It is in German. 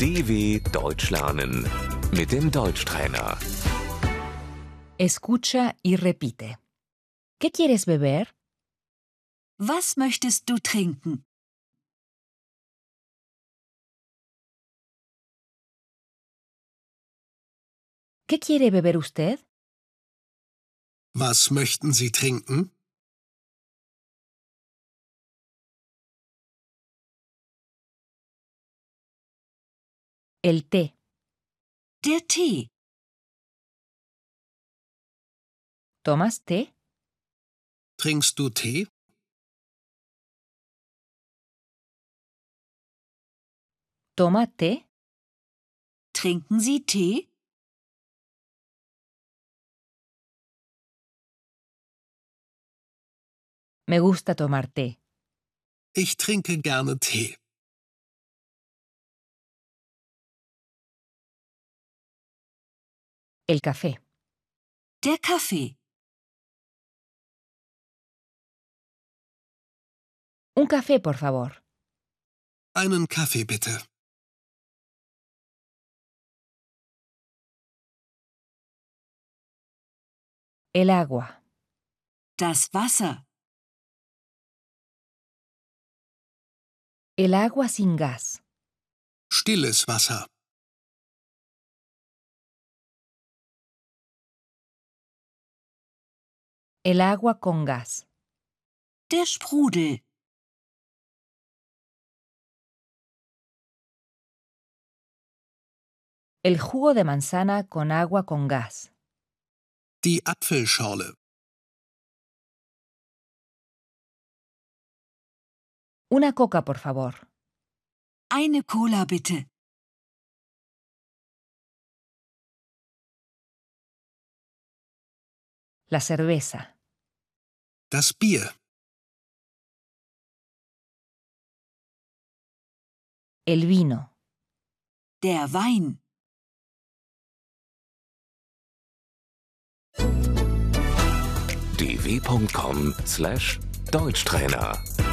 DW Deutsch lernen mit dem Deutschtrainer. Escucha y repite. ¿Qué quieres beber? Was möchtest du trinken? ¿Qué quiere beber usted? Was möchten Sie trinken? El té. Der Tee. ¿Tomas té? Trinkst du Tee? ¿Toma té? Trinken Sie Tee? Me gusta tomar té. Ich trinke gerne Tee. El café. Der Kaffee. Un café, por favor. Einen Kaffee bitte. El agua. Das Wasser. El agua sin gas. Stilles Wasser. El agua con gas. Der Sprudel. El jugo de manzana con agua con gas. Die Apfelschorle. Una coca, por favor. Eine Cola bitte. La cerveza. Das Bier. El vino. Der Wein. dw.com/deutschtrainer